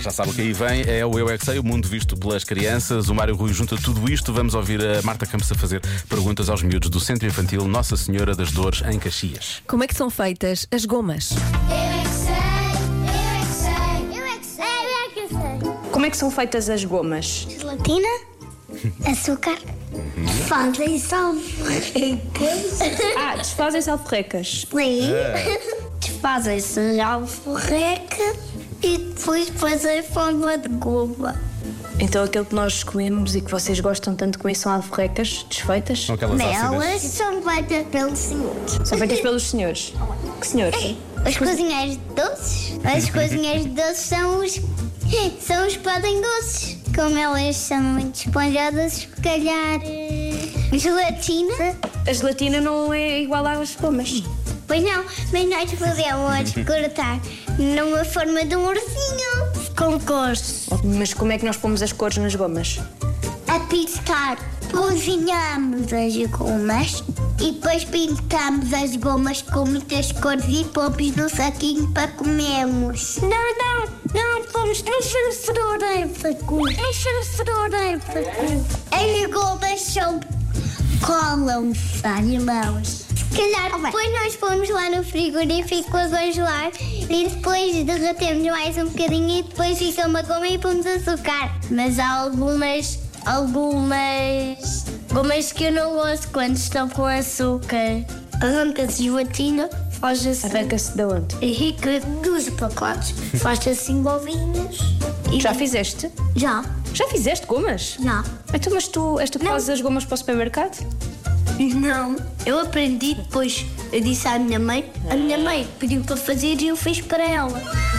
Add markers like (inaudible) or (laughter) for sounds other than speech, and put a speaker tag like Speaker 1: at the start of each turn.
Speaker 1: já sabe o que aí vem. É o Eu É Que Sei, o mundo visto pelas crianças. O Mário Rui junta tudo isto. Vamos ouvir a Marta Campos a fazer perguntas aos miúdos do Centro Infantil Nossa Senhora das Dores, em Caxias.
Speaker 2: Como é que são feitas as gomas?
Speaker 3: Eu é que sei, eu é que sei, eu é que sei, eu é que sei.
Speaker 4: Como é que são feitas as gomas?
Speaker 3: Gelatina, açúcar, fazem salvo-recas.
Speaker 4: Ah, desfazem-se alforrecas.
Speaker 3: Desfazem-se salvo-reca e depois fazem forma de goma.
Speaker 4: Então aquilo que nós comemos e que vocês gostam tanto de comer são alforrecas desfeitas?
Speaker 1: São aquelas ácidas.
Speaker 3: Elas são feitas pelo senhor.
Speaker 4: São feitas pelos senhores. Que senhores?
Speaker 3: Os cozinheiros doces? Os cozinheiros doces são os. (laughs) são os que fazem doces. Como elas são muito esponjadas, se calhar. eh, gelatina.
Speaker 4: A gelatina não é igual às gomas.
Speaker 3: Pois não, mas nós podemos cortar numa forma de um ursinho. Com cores.
Speaker 4: Mas como é que nós pomos as cores nas gomas?
Speaker 3: A pintar. Cozinhamos as gomas e depois pintamos as gomas com muitas cores e pomos no saquinho para comermos. Não, não, não, pomos encher cenoura em facu. Encher cenoura em facu. As gomas são... colam-se às mãos. Se calhar depois nós pomos lá no frigorífico a congelar e depois derretemos mais um bocadinho e depois fica uma goma e pomos açúcar. Mas há algumas, algumas gomas que eu não gosto quando estão com açúcar. Arranca-se gelatina, foge-se.
Speaker 4: Arranca-se de onde?
Speaker 3: E rica dos (laughs) pacotes, faz-se assim bolinhas. E
Speaker 4: Já fizeste?
Speaker 3: Já,
Speaker 4: Já fizeste gomas?
Speaker 3: já.
Speaker 4: Então, mas tu, és tu que fazes as gomas para o supermercado?
Speaker 3: Não, eu aprendi depois. Eu disse à minha mãe, a minha mãe pediu para fazer e eu fiz para ela.